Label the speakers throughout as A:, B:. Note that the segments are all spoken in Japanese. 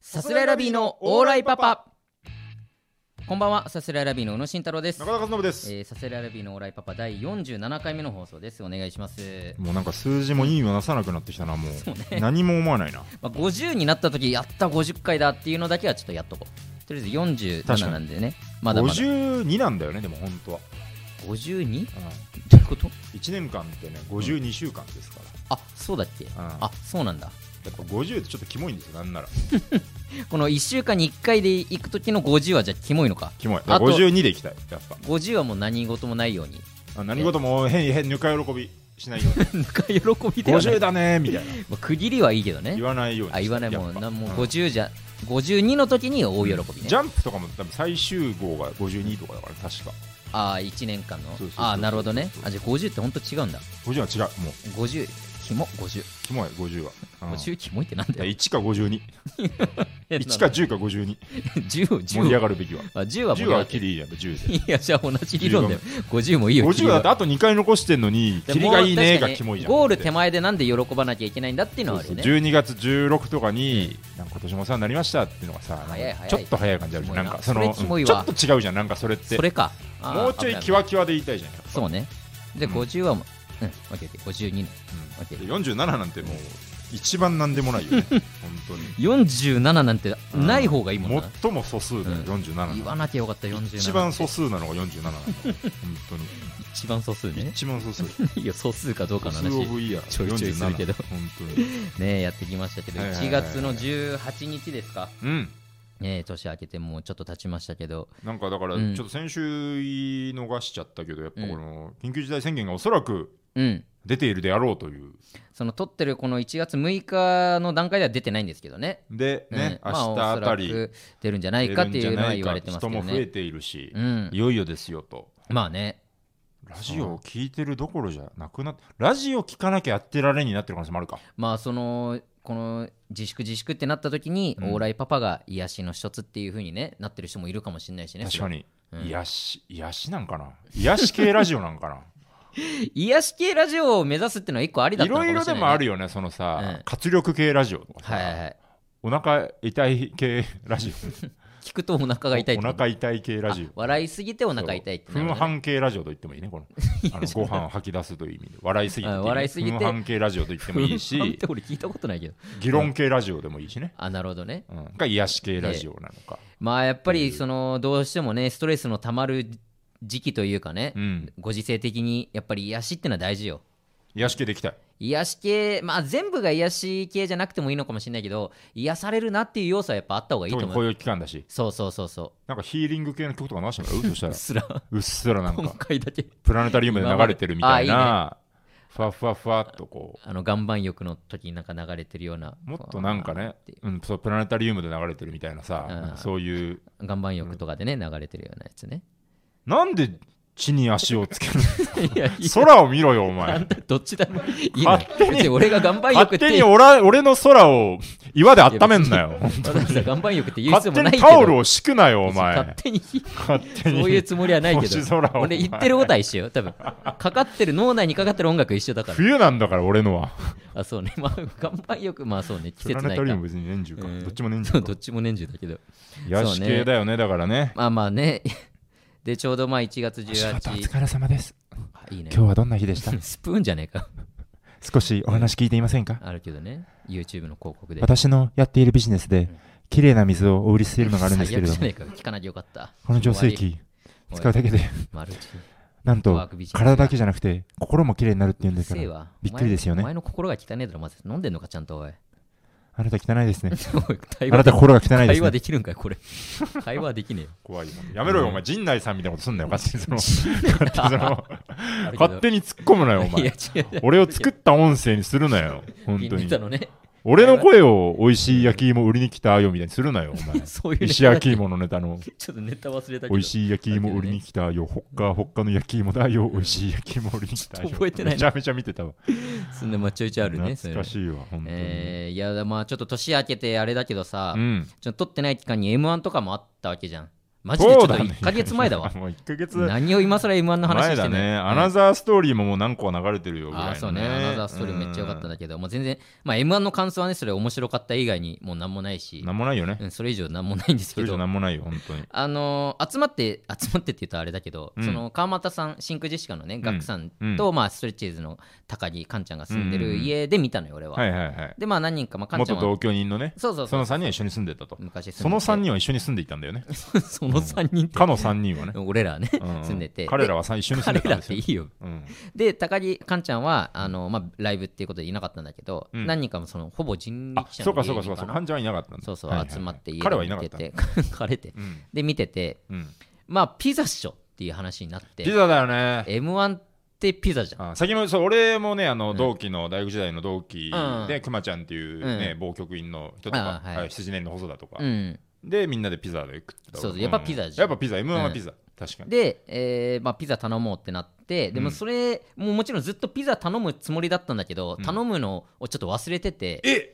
A: さすらいラビーのオーライパパこんばんはさすらいラビーの宇野慎太郎です
B: 中田和信です、
A: えー、サスライラビーのオーライパパ第47回目の放送ですお願いします、
B: もうなんか数字も意味をなさなくなってきたなもう何も思わないな
A: まあ、50になった時やった50回だっていうのだけはちょっとやっとこうとりあえず
B: 確
A: 47
B: かに
A: なんでねまだまだ
B: 52なんだよねでも本当は、
A: 52?
B: う
A: どういうこと
B: 1年間ってね52週間ですか
A: あそうだっけ、
B: ら、うん
A: あそうなんだ
B: やっぱ50ってちょっとキモいんですよなんなら
A: この1週間に1回で行く時の50はじゃあキモいのか
B: キモい
A: あと
B: 52でいきたいやっぱ
A: 50はもう何事もないように
B: あ何事も変に変ぬか喜びしないよ う
A: ぬ
B: に
A: か喜びではない
B: 50だねーみたいな
A: まあ区切りはいいけどね
B: 言わないように
A: あ言わないも
B: やっ
A: ん
B: ぱ
A: なもう
B: うん
A: 50じゃ、52の時に大喜びね、
B: ジャンプとかも多分最終号が52とかだから確か
A: ああ1年間の
B: そうそうそう
A: ああなるほどね
B: そうそうそう
A: あじゃあ50ってほんと違うんだ
B: 50は違うもう
A: 50キモ50
B: キモい50は、うんい
A: 50キモいってなんだ
B: や
A: よ
B: 1か521か10か52
A: 10を
B: 盛り上
A: 10を
B: がるべきは
A: あ10は盛り
B: 10
A: 上が
B: は
A: っ
B: キ
A: てる
B: リいいやっぱ10で
A: いやじゃあ同じ理論だよ50もいいよ
B: 50だと
A: っ
B: あと2回残してんのにキリがいいねがキモいじゃん
A: ゴール手前でなんで喜ばなきゃいけないんだっていうのはあるよね
B: 12月16とかに、なんか今年もお世話になりましたっていうのがさ、なんか
A: 早い早い
B: ちょっと早い感じあるじゃん、
A: キモ
B: ない
A: なん
B: かその、
A: それキモい
B: うんちょ
A: わ
B: っと違うじゃん、なんかそれって、
A: それかあー
B: もうちょい
A: 危な
B: キワキワで言いたいじゃん、やっぱ
A: そうねじゃあ50はもううん OKOK52 年
B: うん
A: OK
B: で47なんてもう、一番なんでもないよね、 本当に。
A: 47なんてない方がいいもんな、
B: 最も素数だよ、
A: うん
B: 47な
A: 言
B: の
A: わなきゃよかった47って
B: 一番素数なのが47なの、 本当に。
A: 一番素数ね
B: 一番素数。
A: いや素数かどうか
B: 素
A: の
B: 数
A: 話
B: オブイヤー、
A: ちょいちょいするけど
B: 47本当に。
A: ねやってきましたけど
B: はいはいは
A: 1
B: いはい
A: 月の18日ですか
B: うん。
A: ね年明けてもうちょっと経ちましたけど
B: なんかだから、
A: う
B: ち
A: ん
B: ょっと先週逃しちゃったけど、やっぱこの緊急事態宣言がおそらく
A: うん
B: 出ているであろうという。
A: その撮ってるこの1月6日の段階では出てないんですけどね
B: で、ね、
A: うん
B: 明日あた
A: まおそ
B: り
A: らく出るんじゃないかっていうのは言われてますけど
B: 人も増え
A: ね
B: ているし
A: う、ん
B: いよいよですよと。
A: まあね
B: ラジオを聞いてるどころじゃなくなって、ラジオ聞かなきゃやってられんになってる可能性もあるか。
A: まあそのこの自粛自粛ってなった時に、
B: うん
A: 往来パパが癒しの一つっていう風にねなってる人もいるかもしれないしね
B: 確か
A: に
B: に。
A: うん
B: 癒し、癒しなんかな。癒し系ラジオなん か
A: 癒し系ラジオを目指すっていうのは一個ありだ
B: な。い
A: ったのか
B: ろ
A: もし
B: い
A: れない、
B: ろで
A: ね、
B: もあるよね、その
A: う
B: さ
A: ん、
B: 活力系ラジオとか
A: はいはい
B: さ、
A: はい
B: お腹痛い系ラジオ。
A: 聞くと お腹が痛いって
B: お
A: こと
B: 腹痛い系ラジ
A: あ
B: オ。
A: 笑いすぎてお腹痛いってなる
B: そ
A: ほ
B: う粉
A: どね
B: 飯系ラジオと言ってもいい ね、このあのご飯を吐き出すという意味で、笑いすぎて
A: うん笑いすぎて
B: 粉飯系ラジオと言ってもい い
A: 粉飯っ、
B: して
A: 俺聞いたことないけど
B: 議論系ラジオでもいいしね、
A: あなるほどね
B: うん、が癒し系ラジオなのか。
A: まあやっぱりそのどうしてもねストレスのたまる時期というかね、
B: うん、
A: ご時世的にやっぱり癒しってのは大事よ
B: 癒し系でいきたい。
A: 癒し系まあ全部が癒し系じゃなくてもいいのかもしれないけど癒されるなっていう要素はやっぱあった方がいいと思
B: 特にこう
A: う
B: いう期間だし、
A: そうそうそうそ
B: なんかヒーリング系の曲とか流し てもらうそした
A: ううっ
B: ら、
A: すら
B: うっすらなん
A: 今
B: か、
A: 回だけ
B: プラネタリウムで流れてるみたい
A: 今
B: な、ふわふわふわっとこ
A: あの岩盤浴の時になんか流れてるような
B: う、もっとなんかね、うん、そうプラネタリウムで流れてるみたいなさ、
A: うん
B: なんかそういう、
A: 岩盤浴とかでね流れてるようなやつ ね
B: なんで地に足をつける
A: いやいい
B: 空を見ろよ、お
A: あ
B: 前
A: ん。たどっちだいいの
B: 勝手に
A: 別に俺が岩盤浴
B: 勝
A: って
B: 手に俺は俺の空を岩で温めんなよ。
A: わざわざ岩盤浴 って言う必
B: 勝
A: 要も
B: 手
A: ないけ
B: に
A: ど
B: タオルを敷くなよ、お
A: 勝
B: 前。
A: 手に
B: 勝手に。
A: そういうつもりはないけど
B: 星空をお前
A: 俺言ってることは一緒よ多分かかってる脳内にかかってる音楽一緒だから
B: 冬なんだから、俺のは。
A: あそうねまあ岩盤浴まあそうね季
B: プラ
A: 節
B: ネ
A: ない
B: タ
A: か
B: リウム別に年中か。
A: うん
B: どっちも年
A: そ
B: 中
A: うど
B: か
A: っ。ちも年中だけど
B: 癒し系だよね、だからね。
A: まあまあねでちょうどまあ1月18
B: れ様です。
A: あいいね
B: 日はどんな日でした
A: スプーンじゃねえか
B: 少しお話聞いていませんか
A: あるけどね YouTube の広告で
B: 私のやっているビジネスで、綺麗な水をお売りしているの
A: 最悪じゃねえか聞かなきゃよかった終わり
B: だけで、
A: マルチ
B: なん
A: ワークビジネスが
B: けじゃなくて、心も綺麗になるっていうん
A: うるせえわ
B: びっくりですよね
A: お前のお前の心が汚ねえだろまず飲んでんのかちゃんとおい
B: あなた汚いで すね。
A: おい対
B: あ
A: 話
B: なた心が汚いで
A: 会
B: す
A: 話
B: ね。
A: できるんかいこれ会話できねえよ
B: 怖いよやめろよ、お前、陣内さんみたいなことすんなよ、勝手にその、勝手にその
A: あるけど
B: 勝手に突っ込むなよ、お
A: いや
B: 前。
A: 違う違う
B: 俺を作った音声にするなよ、本当
A: 銀
B: に
A: 座。のね。
B: 俺の声を美味しい焼き芋売りに来たよみたいにするなよ、お前
A: そういうネタ
B: 石焼き芋のネタの
A: ちょっとネタ忘れたけど
B: 美味しい焼き芋売りに来たよ、ほっかほっかの焼き芋だよ、美味しい焼き芋売りに来たよ。
A: 覚えてないな
B: めちゃめちゃ見てたわ。
A: そんなまあちょいちょいあるね
B: 懐か
A: い
B: しいわ、本当に。
A: えー、いやまあちょっと年明けてあれだけどさ、
B: うん、
A: ちょっと撮ってない期間に m 1とかもあったわけじゃんマジでちょっと
B: そうだね。
A: 1ヶ月前だわ
B: もう1ヶ 月
A: 何を今更 M1 の話
B: 前
A: して
B: だ
A: んの
B: ね。ア
A: う
B: ナ
A: ん
B: ザーストーリーももう何個は流れてるよぐらいの、
A: あーそうね、アナザーストーリーめっちゃ良かったんだけど、もう全然、まあ、M1 の感想はね、それ面白かった以外にもう何もないし
B: うん。、なんもないよね。
A: うん、それ以上何もないんです
B: そ
A: け
B: れ以上
A: ど、
B: なんもないよ、本当に。
A: あのー集まって、集まってって言うとあれだけど、
B: うん
A: その川俣さん、真空ジェシカのね、ガクさん
B: うん
A: と、まあ、ストレッチーズの高木、カンちゃんが住んで
B: うんう
A: る
B: んうん
A: 家で見たのよ、俺は。
B: はいはいはい。
A: で、まあ、何人か、まあ、カンちゃ
B: 元
A: んは、
B: 同居人のね、
A: そうそう
B: そ
A: そう、
B: の3人は一緒に住んでたと。
A: 昔住
B: そ
A: んで
B: の
A: て
B: 3人は一緒に住んでいたんだよね。
A: その3人って。
B: かの3人はね
A: 俺らね、
B: う
A: 住んでて
B: 彼らはさ一緒に住んで
A: 彼
B: た
A: らっ
B: んです
A: てい
B: よ。
A: いよ。
B: うん
A: で、高木かんちゃんは、あの、まあ、ライブっていうことでいなかったんだけど、
B: うん
A: 何人かもその、ほぼ人
B: あ
A: 力車
B: そう
A: の家
B: かそう
A: に
B: かそうか、
A: か
B: 患
A: な
B: 者はいなかったんだ。
A: そうそう、
B: はいはい
A: 集まって家
B: 彼はいなか
A: 見
B: ってた。
A: て、 枯れて、
B: うん
A: で、見てて、
B: うん
A: まあ、ピザっしょっていう話になっ
B: ピ
A: て、
B: ザだよね。
A: M1 ってピザじゃん。
B: あ先のそう俺もねあの、
A: うん
B: 同期の大学時代の同期
A: うん
B: でくまちゃんっていう、ね
A: うん
B: 某局員の人とか、
A: あはい
B: はい羊年の細田とか、
A: うん。
B: でみんなでピザで食ってた
A: そうそうやっぱピザじ
B: や
A: ゃん
B: っぱピザ M1 はピザ、確かに
A: で、えーまあ、ピザ頼もうってなって、で
B: う
A: も
B: ん
A: それ、もうもちろんずっとピザ頼むつもりだったんだけど、
B: うん
A: 頼むのをちょっと忘れてて、
B: え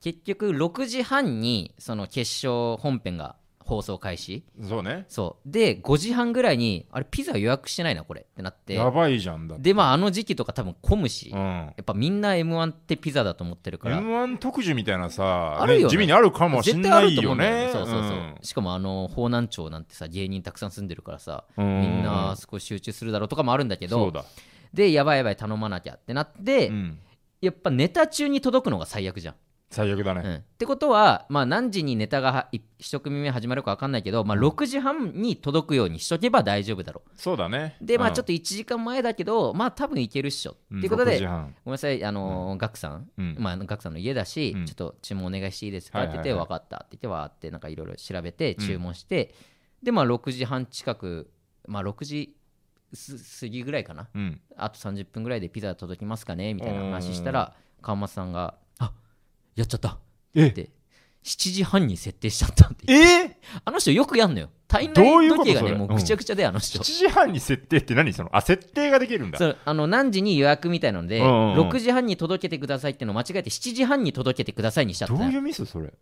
A: 結局6時半にその決勝本編が放送開始
B: そうね
A: そうで5時半ぐらいにあれピザ予約してないなこれってなって
B: やばいじゃんだって
A: でまああの時期とか多分混むし、
B: う
A: や
B: ん
A: っぱみんな m 1ってピザだと思ってるから
B: M1 特需みたいなさ
A: あるよね
B: 地味にあるかもし
A: 絶
B: ん
A: 対あ
B: な
A: る
B: い
A: と思う
B: よ
A: んだよね
B: ね
A: そうそうそう、
B: ん
A: しかもあの方南町なんてさ芸人たくさん住んでるからさ
B: う
A: み
B: ん
A: んなすごい集中するだろうとかもあるんだけ
B: そう
A: ど
B: だ、
A: でやばいやばい頼まなきゃってなって、
B: うん、
A: やっぱネタ中に届くのが最悪じゃん
B: 最悪だね、
A: うんってことは、まあ、何時にネタが1組目始まるか分かんないけど、まあ、6時半に届くようにしとけば大丈夫だろ
B: そうだね
A: う。で、まあ、ちょっ
B: と、
A: と1時間前だけど、まあ、多分いけるっしょ。
B: うん
A: っていうこと
B: 6
A: で、ご
B: 時
A: め
B: 半
A: んなさい、あのーガクさん、
B: うん
A: まあ、ガクさんの家だし、
B: うん
A: ちょっと注文お願いしていいですか
B: は
A: っ
B: い
A: て
B: はい
A: 言
B: はい
A: って、分かったって言って、わーって、なんかいろいろ調べて、
B: うん
A: 注文して、で、まあ、6時半近く、まあ、6時す過ぎぐらいかな。
B: うん、
A: あと30分ぐらいでピザ届きますかねみたいな話したら川松さんが「あやっちゃった」
B: え
A: って7時半に設定しちゃったって
B: え
A: あの人よくやんのよ体内
B: どういうこ
A: 時
B: と
A: 計がね
B: それ
A: もう
B: うん
A: ぐちゃぐちゃであの人、
B: 7時半に設定って何そのあ設定ができるんだ
A: そうあの何時に予約みたいなので、
B: うんうんうん
A: 6時半に届けてくださいってのを間違えて7時半に届けてくださいにしちゃった
B: どう
A: のよ
B: いうミスそれ、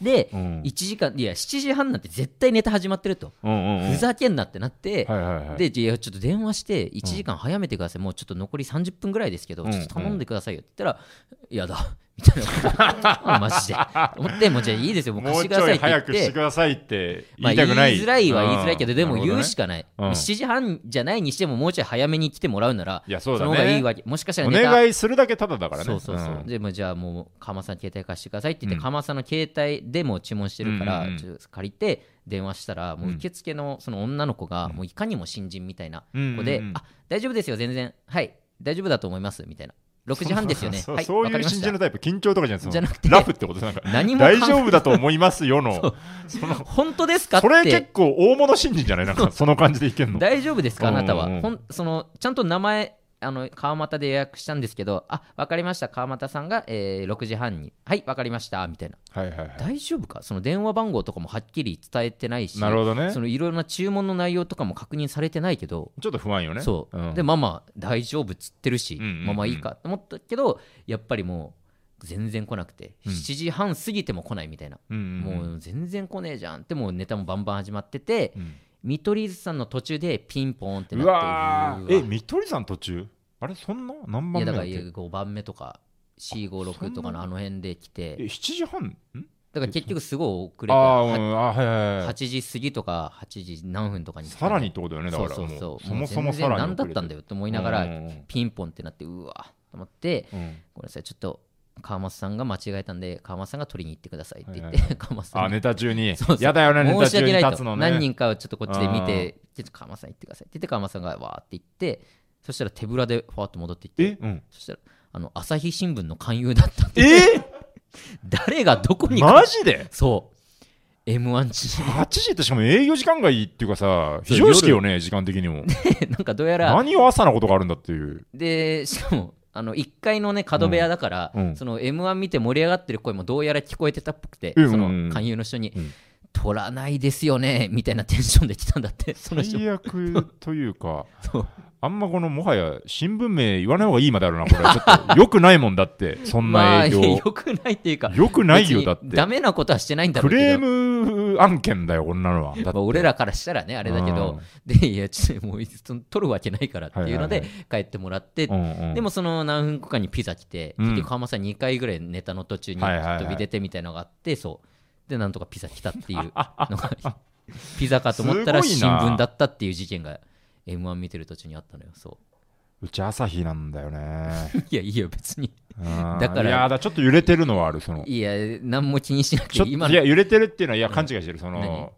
A: で
B: うん
A: 1時間いや7時半なんて絶対ネタ始まってると、
B: うんうんうん
A: ふざけんなってなって、
B: はいはいはい
A: でいやちょっと電話して1時間早めてください、もうちょっと残り30分ぐらいですけど、
B: うん
A: ちょっと頼んでくださいよって言ったら、いやだ みたいな マジで思ってもうじゃあいいですよもう貸
B: も
A: し
B: う
A: てく
B: ち
A: だ
B: ょ
A: さい
B: い
A: って言っ
B: 早くして
A: て
B: く。ださいって
A: ま
B: 言
A: あ、言
B: いた
A: い
B: くない、
A: づらいは言いづらいけど、
B: うん
A: でも
B: なるほ
A: 言
B: ど
A: う
B: ね
A: しかない、
B: うん
A: 7時半じゃないにしてももうちょい早めに来てもらうなら
B: いやそうだ
A: の
B: ね
A: 方がいいわけもしかしたら
B: お
A: ネタ
B: 願いするだけただだからね
A: そうそうそう、
B: ん
A: でもうじゃあもう鎌さん携帯貸してくださいって言って
B: うん
A: 鎌、さんの携帯でも注文してるから、
B: うんうんうん
A: ちょっと借りて電話したらもう
B: うん
A: 受付のその女の子がもういかにも新人みたいな
B: うんうんう
A: 子
B: ん
A: で「あ大丈夫ですよ全然はい大丈夫だと思います」みたいな「6時半ですよね」
B: そう
A: はい
B: そう
A: わ
B: い
A: か
B: う
A: りま
B: 新
A: し
B: 人
A: た
B: のタイプ緊張とかじゃなくて
A: じゃなくて
B: ラフってこ となんか
A: 何も考え
B: 大丈夫だと思いますよのその
A: 本当ですか?」っ
B: それ
A: て
B: 結構大物新人じゃないなんかその感じでいけ
A: 「
B: んの
A: 大丈夫ですかあなたは
B: うんうんうん
A: ほんそのちゃんと名前あの川俣で予約したんですけど「あわかりました川俣さんが、えー6時半にはいわかりました」みたいな
B: はいはいは
A: 大丈夫かその電話番号とかもはっきり伝えてないし
B: いなるほどね
A: そのいろいろな注文の内容とかも確認されてないけど、
B: ちょっと不安よね
A: そう、
B: ん
A: でママ大丈夫っつってるし、
B: うんうんうん
A: ママいいかと思ったけどやっぱりもう全然来なくて、
B: うん
A: 7時半過ぎても来ないみたいな、
B: うんうんうん
A: もう全然来ねえじゃんってもうネタもバンバン始まってて、
B: うん
A: 見取り図さんの途中でピンポンってなっ
B: う
A: て
B: わ
A: う
B: ーえ
A: わ
B: 見取りさん途中あれそんな何番
A: いや
B: 目
A: だ
B: だ
A: か
B: っ
A: ら
B: け
A: 5番目とか456とかのあの辺で来
B: え
A: て
B: 7時半ん
A: だから結局すごい遅れて
B: ああう
A: は
B: んあはいはいはい
A: 8時過ぎとか8時何分とかに来た
B: さらにってことだよねだ
A: そ
B: か
A: う
B: ら
A: そう
B: もう
A: そう
B: そもそも
A: う
B: さらに
A: 何だったんだ
B: よ
A: よって思いながら
B: うん
A: ピンポンってなってうわと思って
B: うん
A: ごめんなさいちょっと川松さんが間違えたんで川松さんが取りに行ってくださいって言っ
B: はいは
A: て川松さ
B: あ
A: んに
B: ネタ中に
A: そうそう
B: やだよねネタ
A: 申し
B: 中
A: 訳
B: に
A: ない
B: 立つ
A: と
B: のね
A: 何人かをちょっとこっちで見てちょっと川松さん行ってくださいって言って川松さんがわーって行ってそしたら手ぶらでファーッと戻ってきて
B: え、うん、
A: そしたらあの朝日新聞の勧誘だったんで
B: え
A: 誰がどこに
B: マジで
A: そう M1 中
B: 8時ってしかも営業時間外っていうかさ非常識よね時間的にも
A: でなんかどうやら
B: 何を朝なことがあるんだっていう
A: でしかもあの1階のね角部屋だから、
B: うんうん
A: その m 1見て盛り上がってる声もどうやら聞こえてたっぽくて、
B: うん
A: そ
B: うん
A: の勧誘の人に、
B: うん
A: 取らないですよねみたいなテンションで来たんだってその人
B: 最悪とい うか
A: そう
B: あんまこのもはや新聞名言わない方がいいまであるなこれはちょっとよくないもんだ ってそん
A: ま
B: な
A: あ
B: 営
A: よ
B: 業
A: くないっていうか
B: よくないよだっ
A: 別に
B: て
A: ダメなことはしてないんだろ
B: ク
A: うけど
B: レーム重案件だよ、こんなのは。だって
A: まあ、俺らからしたらねあれだけど、でいやちょっともうその取るわけないからっていうので
B: はい
A: 帰ってもらって、
B: うんうんうん
A: でもその何分間にピザ来て、
B: うん
A: 結局浜さん2回ぐらいネタの途中に
B: はいはいはい
A: 飛び出てみたいなのがあって、そうでなんとかピザ来たっていうの がピザかと思ったら
B: すごい
A: 新
B: な
A: 聞だったっていう事件が m 1見てる途中にあったのよそう
B: ち朝日なんだよね。
A: う いやいいよ別に
B: うん
A: だから
B: いやだちょっと揺れてるのはある、その。
A: いや何も気にしなくて
B: ちょっ
A: い
B: と
A: い
B: い
A: 今の
B: や、揺れてるっていうのは、いや、勘違いしてる。そ
A: 何
B: の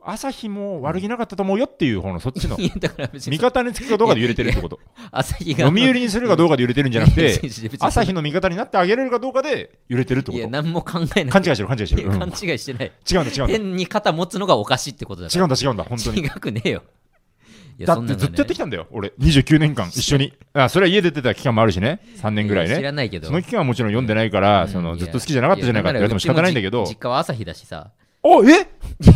B: 朝日も悪気なかったと思うよっていう方のそっちの
A: いや だから別に
B: 味方につくかどうかで揺れてるってこと。
A: 朝日が
B: 読売にするかどうかで揺れてるんじゃな くて、朝
A: 日
B: 日の味方になってあげれるかどうかで揺れてるってこ
A: いや
B: と。
A: 何も考えない
B: 勘違いしてる、勘違いして
A: い
B: る。
A: や
B: うん
A: 勘違いしてない
B: 違うんだ、違うんだ。
A: 変に肩持つのがおかしいってことだか
B: 違
A: ら
B: うんだ、違うんだ、本当に。
A: 違くねえよいや
B: だ
A: そ
B: っ
A: ん
B: て
A: なの
B: ずっとやって
A: ね
B: きたんだよ、俺、29年間一緒に。あそれは家出てた期間もあるしね、3年ぐらい
A: や知ら
B: ね。
A: ないけど
B: その期間はもちろん読んでないから、
A: うん
B: その
A: い
B: ず
A: や
B: っと好きじゃなかったじゃないかって言われても仕方ないんだけど
A: やならうちもじ、実家は朝日だしさ。
B: あえ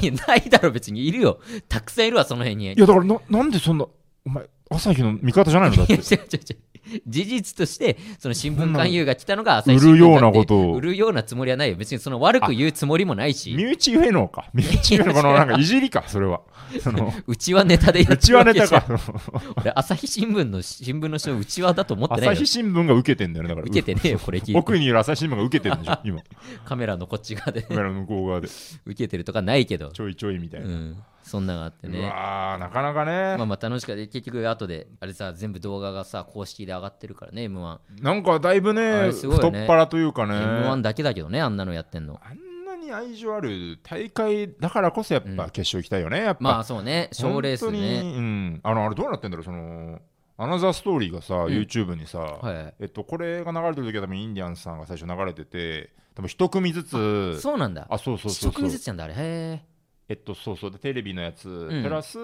A: いやないだろ、別にいるよ。たくさんいるわ、その辺に。い
B: いやだからな、なんでそんな、お前、朝日の味方じゃないのだっ
A: や違
B: て
A: う。違う違う事実として、その新聞勧誘が来たのが朝日
B: 売
A: 新
B: る
A: 聞だって
B: ようなことを
A: 売るようなつもりはないよ。別にその悪く言うつもりもないし、
B: 身内上のか、身内上のこのなんかいじりか、それは。その
A: うちはネタでや
B: う
A: っ
B: ち
A: てる
B: は
A: わ
B: ネ
A: けじゃ
B: タ
A: ん
B: か。
A: 俺、朝日新聞の新聞の人、うちはだと思ってないよ
B: 朝。日新聞が受けてんだよね、だから。
A: 受けてねえよ、これ聞いて。
B: 奥にいる朝日新聞が受けてるんでしょ、今。
A: カメラのこっち側で
B: カメラの向こう側で、
A: 受けてるとかないけど。
B: ちょいちょいみた
A: う
B: いな。
A: ん。そんなのがあって
B: う
A: ね。
B: わー、なかなか ね
A: まあ。まあ楽しかった。結局、後で、あれさ、全部動画がさ、公式で上がってるからね、M1。
B: なんかだいぶ
A: あ
B: ね
A: れすごいね
B: 太っ腹というかね
A: M1 だけだけどね、あんなのやってんの。
B: あんなに愛情ある大会だからこそやっぱ決勝行きたいよね、やっぱ、
A: まあそうね、賞レース
B: 本当
A: ね。
B: に、うん、あのあれどうなってんだろうそのアナザーストーリーがさ、
A: ん
B: YouTube にさ、
A: は
B: えっと、これが流れてる時は多分インディアンスさんが最初流れてて多分一組ず
A: い。
B: つ
A: そうなんだ。
B: あそうそうそう
A: 一
B: そう
A: 組ずつなんだ、あれ。へ
B: えっとそうそうでテレビのやつ、
A: ん
B: プラス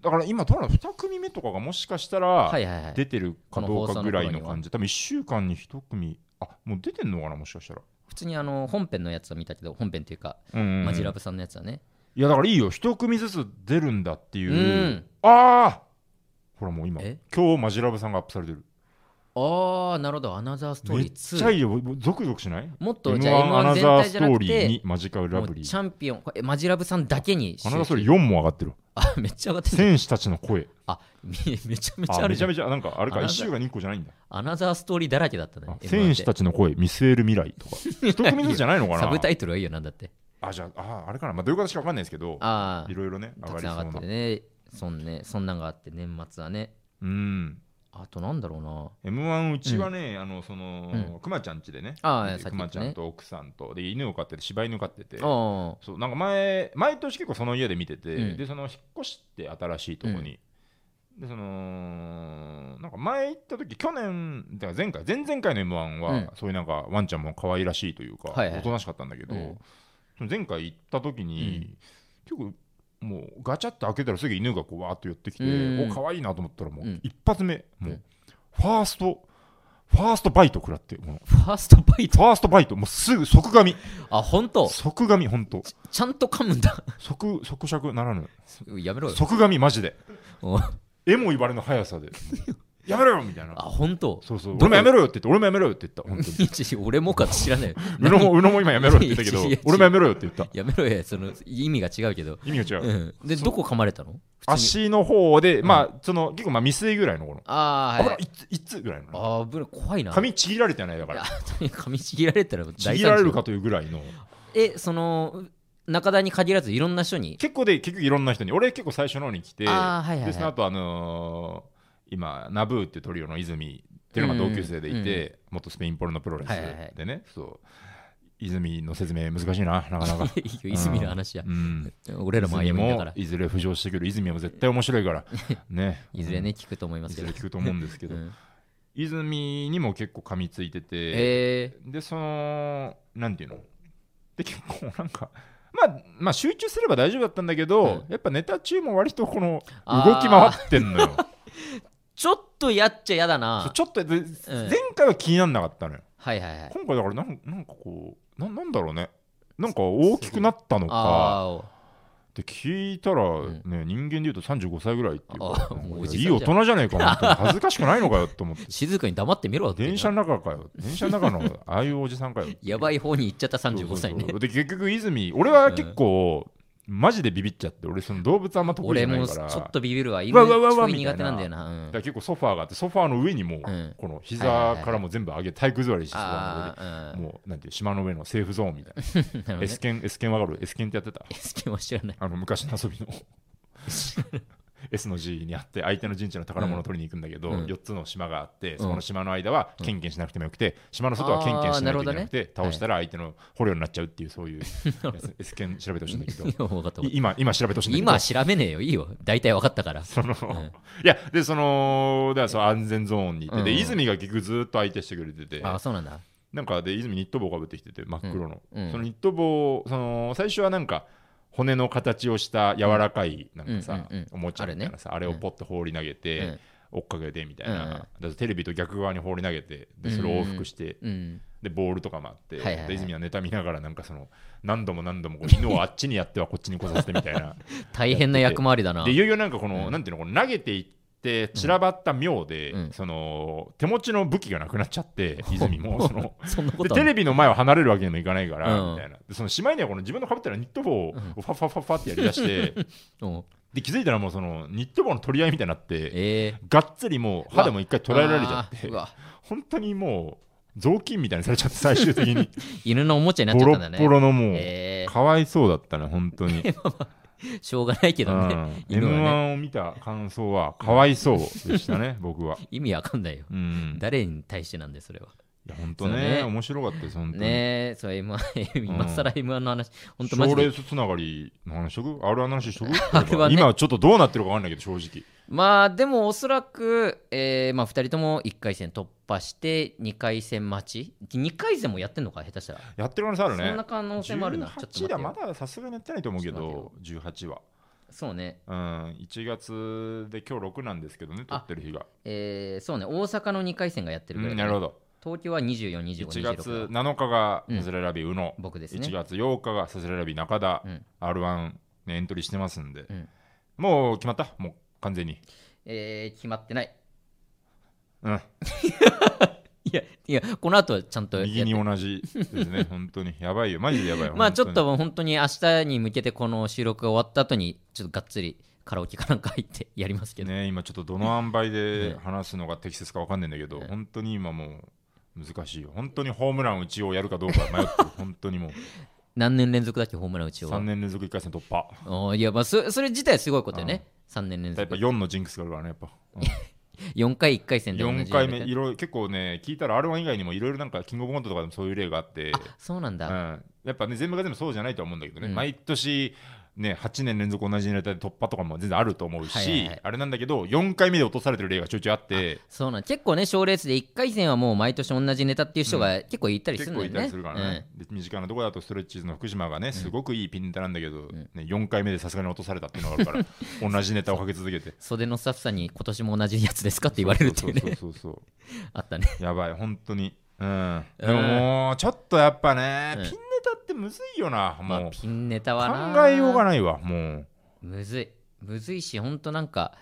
B: だから今どうなの2組目とかがもしかしたら、
A: え。はいはいはい。
B: 出てるかどうかぐらいの感じ多分1週間に1組あもう出てんのかなもしかしたら
A: 普通にあの本編のやつは見たけど、本編っていうか、
B: うんうんうん
A: マジラブさんのやつはね。
B: いやだからいいよ一組ずつ出るんだっていう、
A: うん
B: ああほらもう今
A: え
B: 今日マジラブさんがアップされてる
A: ああ、なるほど、アナザーストー
B: め
A: リ
B: っ
A: ー
B: ちゃ
A: 2。
B: いいよもうゾクゾクしない
A: もっと
B: m
A: じゃあ
B: 1
A: M1
B: アナ
A: 全
B: ザー
A: 体じ
B: ス
A: ゃ
B: ト
A: な
B: ー
A: く
B: リー
A: て、
B: にマジカルラ
A: もう
B: ブ
A: チ
B: リー
A: ャンピオン、これマジラブさんだけに
B: アナザーストーリー
A: ー
B: 4も上がってる
A: あ、めっちゃ上がってる。
B: 選手たちの声
A: あ、 めめちゃめちゃ
B: あ
A: あ
B: め
A: る
B: ち
A: じゃ
B: ゃ
A: ん
B: め。ちゃなんかあれか
A: アナ
B: 1
A: ザー
B: 週間に1個じゃないんだ
A: アナザーストーリーだらけだった
B: あ
A: ね。
B: 選手た
A: ち
B: ちの声見据える未来 とか一組ずつじゃないのか
A: サブタ
B: な
A: イトルはいいよ、なんだって。
B: あじゃあああれかな、まあ、どういう形かわかんないですけど
A: あ
B: いろいろね
A: あ、たく
B: 上
A: さん上がっ
B: がりそ
A: てる
B: うな
A: ね。そんね、そんなんがあって、年末はね。
B: うん
A: あとなんだろうな。
B: M1 うちはね、あのその、
A: うん
B: くまちゃん家でね、
A: ああ
B: で
A: さっき言ったね
B: くまちゃんと奥さんとで犬を飼ってて柴犬を飼ってて、
A: あ
B: そうなんか前毎年結構その家で見てて、
A: うん
B: でその引っ越して新しいとこに、でそのなんか前行った時去年だから前回前々回の M1 は、
A: うん
B: そういうなんかワンちゃんも可愛らしいというか、
A: はいはい
B: おとなしかったんだけど、
A: うん
B: その前回行った時に、結構もうガチャって開けたらすぐ犬がこうわーっと寄ってきて、
A: うん
B: お可愛いなと思ったらもう、
A: うん
B: 一発目もう、
A: うん
B: ファーストファーストバイト食らってもう
A: あ、ファーストバイト。
B: ファーストバイトもうすぐ即噛み
A: あ、本当
B: 即噛みほんと
A: ちゃんと噛むんだ。
B: 即即尺ならぬ
A: やめろよ。
B: 即噛みマジで
A: おあ、
B: えも言われの速 さでやめろよみたいな
A: 本当
B: そうそう俺もやめろよって言って俺もやめろよって言った本当に
A: いやいや 俺もか知ら ないよ。
B: 宇野も宇野も今やめろって言ったけど
A: いやいやいや
B: 俺もやめろよって言った
A: やめろや、その意味が違うけど。
B: 意味が違う、
A: うん。で、どこ噛まれたの普通に
B: 足の方で、
A: ん
B: まあその結構まあ未遂ぐらいのこの
A: ああ、
B: 油
A: はい。
B: いついつぐらいの
A: あー危ない怖いな。
B: 髪ちぎられてないだか
A: いや
B: ら
A: 本当に髪ちぎられたら大惨事
B: ち
A: よ
B: ぎられるかというぐらいの
A: えその中田に限らずいろんな人に
B: 結構で結局いろんな人に俺結構最初の方に来て
A: あーはいはいはい
B: でその後あのー今ナブーってトリオの泉っていうのが同級生でい
A: うん
B: て、元スペインポルノプロレス
A: はいはいはい
B: でね、そう泉の説明難しいななかなか
A: い いよ泉の話や
B: う、ん
A: 俺らもあや
B: 泉
A: めだか
B: も
A: ら
B: いずれ浮上してくる泉も絶対面白 いからね
A: いずれね聞くと思いま
B: い
A: すけ
B: ず
A: ど
B: れ聞くと思うんですけど、
A: うん
B: 泉にも結構噛みついてて、
A: え
B: でそのなんていうので結構なんかまあまあ集中すれば大丈夫だったんだけど、やっぱネタ中も割とこの
A: あ
B: 動
A: ー
B: き回ってんのよ
A: ーちょっとやっちゃやだ
B: そう
A: な
B: ちょっとで前回は気にならなかったのよ
A: はいはいはい
B: 今回だからなんなんかこうななんだろうねなんか大きくなったのか
A: あ
B: って聞いたら、
A: ん
B: ね人間で言うと35歳ぐらいっていうか
A: あもうおじさん
B: い
A: じ
B: い
A: ゃん
B: 大人じゃねえか本 当に恥ずかしくないのかよと思って
A: 静かに黙ってみろって
B: 電車の中 かよ電車の中のああいうおじさんかよ
A: やばい方に行っちゃった35
B: そう
A: 歳
B: そう
A: ね
B: そうで結局泉俺は結構、マジでビビっちゃって俺その動物あんま得意じ
A: 俺
B: ゃない
A: も
B: か
A: ち
B: ら
A: ょっとビビるわ
B: うわうわうわ
A: 犬ちょい
B: みた
A: 苦
B: いな
A: 手なんだよなうん
B: だから結構ソファーがあってソファーの上にもう、
A: うん
B: こ
A: はい
B: の
A: はい
B: 膝
A: はい
B: からもう全部上げ体育座りして
A: あ
B: 座
A: あ
B: るのでもうなんていう島の上のセーフゾーンみたい な
A: うんなるほどね
B: S 剣 S 剣わかる S 剣ってやってた
A: S 剣は知らない
B: あの昔の遊びの S の G にあって相手の陣地の宝物を取りに行くんだけど、
A: うん
B: 4つの島があってそこの島の間はケンケンしなくてもよくて、島の外はケンケンしなきゃいけなくて、
A: あーなるほどね
B: 倒したら相手の捕虜になっちゃうってい うそういうやつ S 剣調べてほしいんだけど
A: いや分かった分
B: い
A: かっ
B: 今今調べて
A: た
B: ほしいんだけど
A: 今は調べねえよいいよ大体分かったから
B: その、
A: ん
B: いやでそのだからその安全ゾーンに行って、で
A: うん
B: 泉が結局ずーっと相手してくれてて
A: ああそうなんだ
B: なんかで泉ニット帽かぶってきてて真っ黒の、
A: うんうん
B: そのニット帽その最初はなんか骨の形をした柔らかいなんかさ、
A: うんうんうん
B: おもちゃみたいなさあ
A: れ
B: れ,、
A: ね
B: をポッと放り投げて、
A: うん
B: 追っかけてみたい
A: うんうん
B: な、だからテレビと逆側に放り投げてでそれを往復して、
A: うん
B: でボールとかもあって、
A: はいはいはい
B: で泉はネタ見ながらなんかその何度も何度もこう 犬をあっちにやってはこっちに来させてみた いな
A: 大変な役回りだな
B: でいよいよなんかこの、
A: うん
B: なんていうのこの投げていって散らばった妙で、
A: うん
B: その手持ちの武器がなくなっちゃって、泉もその
A: そんなこ
B: で
A: とあ
B: テ
A: る
B: レビの前を離れるわけにもいかないから、
A: うん
B: みたいなでそのしまいにはこの自分のかぶってるニット帽を
A: うん
B: ファファファファってやり だして、
A: うん
B: で気づいたらもうそのニット帽の取り合いみたいになって
A: ええ
B: がっつりもう肌も一回捉えられちゃって
A: あーうわ
B: 本当にもう雑巾みたいにされちゃって最 終的に
A: 犬のおもちゃになっち
B: ボ
A: ゃっ
B: ロ
A: たんだね
B: ッボロのもう、
A: え
B: かわいそうだったね本当に
A: えしょうが ないけどね
B: うん、
A: 犬はね
B: M1 を見た感想はかわいそうでしたね、僕は。
A: 意味わかんないよ
B: うん、
A: 誰に対してなんでそれはい
B: や本当ね
A: そうね
B: 面白かったです、本当に。
A: ねえそう M1 今更 M1 の話本当マ
B: 賞
A: ジ
B: レー
A: で
B: スつながりの話しとく ?R1 の 話しとく
A: R1 ね
B: 今ちょっとどうなってるかわかんないけど、正直。
A: まあでもおそらくえーまあ2人とも1回戦突破して2回戦待ち2回戦もやってんのか下手したら
B: やってる可能性ある
A: そ
B: ね。
A: んな可能性もあるなちょっと
B: 18だ、
A: 待
B: ま
A: ってよ
B: ださすがにやってないと思うけ
A: ちょ
B: ど、18は。
A: そうね
B: うん、1月で今日6なんですけどね、撮ってる日が。
A: えーそうね大阪の2回戦がやってる
B: う
A: ぐら
B: ん、
A: い
B: な
A: だ
B: る
A: ね
B: ほど。
A: 東京は
B: 1
A: 242526
B: 月7日がサズレラビ宇野、
A: 僕です
B: 1
A: ね
B: 月8日がサズレラビ中田、
A: うん
B: R1、ね、エントリーしてますんで、
A: うん
B: もう決まったもう完全に。
A: えー決まってない
B: うん、
A: いやいやこの後はちゃんとやって
B: 右に同じです ね、本当に。やばいよ、マジでやばいよ。
A: まあちょっ
B: 本当に。
A: と本当に明日に向けてこの収録が終わった後にちょっとがっつりカラオケかなんか入ってやりますけど、
B: ね、今ちょっとどの塩梅で
A: ね
B: 話すのが適切かわかんないんだけど、
A: ね
B: 本当に今もう難しいよ。本当にホームラン打ちをやるかどうか 迷ってる。本当にもう
A: 何年連続だっけホームラン打ちを
B: 3年連続1回戦突破。
A: おーいやまあそそれ自体はすごいことよね、3年連
B: やっ
A: 続
B: ぱ4のジンクスがあるからね、やっ ぱ。うん
A: 4回1回戦で同じ
B: 4回目、
A: や
B: い
A: り方
B: ろいろ結構ね、聞いたら R1 以外にもいろいろなんかキングオブコントとかでもそういう例があって、
A: あそうなん
B: う
A: だ、
B: ん、やっぱね、全部が全部そうじゃないとは思うんだけどね、
A: うん
B: 毎年、ね、8年連続同じネタで突破とかも全然あると思うし、
A: はいはいはい
B: あれなんだけど、4回目で落とされてる例がちょいちょいあって、
A: そうなん結構ね賞レースで1回戦はもう毎年同じネタっていう人が結構いたりす
B: 結
A: るんだ
B: 構
A: よ
B: いたり
A: ね
B: するからね、で身近なとこだとストレッチーズの福島がね、すごくいいピンネタなんだけど、ね、4回目でさすがに落とされたっていうのがあ るから、同じネタをかけ続けて。
A: うん袖のスタッフさんに今年も同じやつですかって言われるっていうね
B: そうそうそうそう
A: あったね
B: やばい、本当に。うん、
A: うん
B: でももうちょっとやっぱね、
A: うん
B: ピンネタってむずいよな、
A: まあ
B: もう
A: ピンネタはな
B: 考えようがないわもう
A: むずいむずいしほんとなんか